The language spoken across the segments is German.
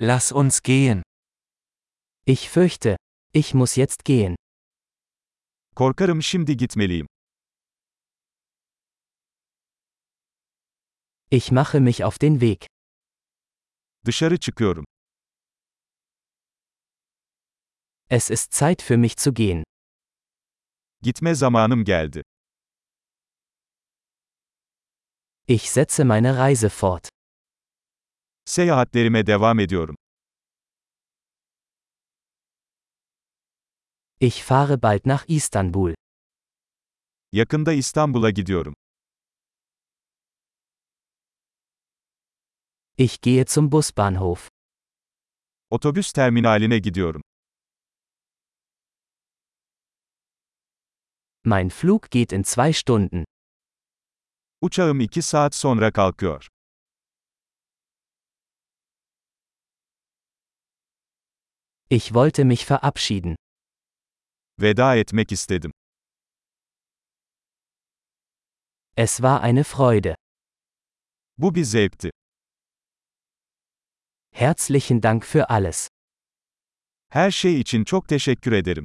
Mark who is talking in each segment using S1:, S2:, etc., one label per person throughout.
S1: Lass uns gehen.
S2: Ich fürchte, ich muss jetzt gehen.
S3: Korkarım şimdi gitmeliyim.
S2: Ich mache mich auf den Weg.
S3: Dışarı çıkıyorum.
S2: Es ist Zeit für mich zu gehen.
S3: Gitme zamanım geldi.
S2: Ich setze meine Reise fort.
S3: Seyahatlerime devam ediyorum.
S2: Ich fahre bald nach Istanbul.
S3: Yakında İstanbul'a gidiyorum.
S2: Ich gehe zum Busbahnhof.
S3: Otobüs terminaline gidiyorum.
S2: Mein Flug geht in zwei Stunden.
S3: Uçağım 2 saat sonra kalkıyor.
S2: Ich wollte mich verabschieden.
S3: Veda etmek istedim.
S2: Es war eine Freude.
S3: Bu bir zevkti.
S2: Herzlichen Dank für alles.
S3: Her şey için çok teşekkür ederim.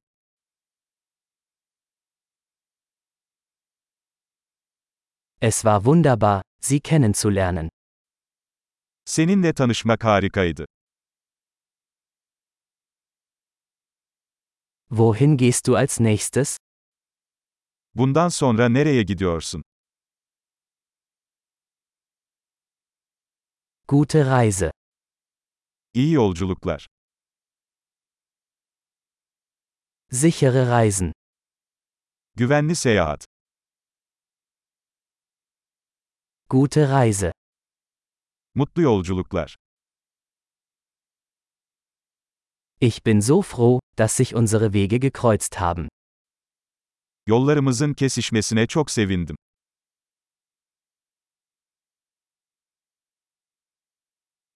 S2: Es war wunderbar, Sie kennenzulernen.
S3: Seninle tanışmak harikaydı.
S2: Wohin gehst du als nächstes?
S3: Bundan sonra nereye gidiyorsun?
S2: Gute Reise.
S3: İyi yolculuklar.
S2: Sichere Reisen.
S3: Güvenli seyahat.
S2: Gute Reise.
S3: Mutlu yolculuklar.
S2: Ich bin so froh, dass sich unsere Wege gekreuzt haben.
S3: Yollarımızın kesişmesine çok sevindim.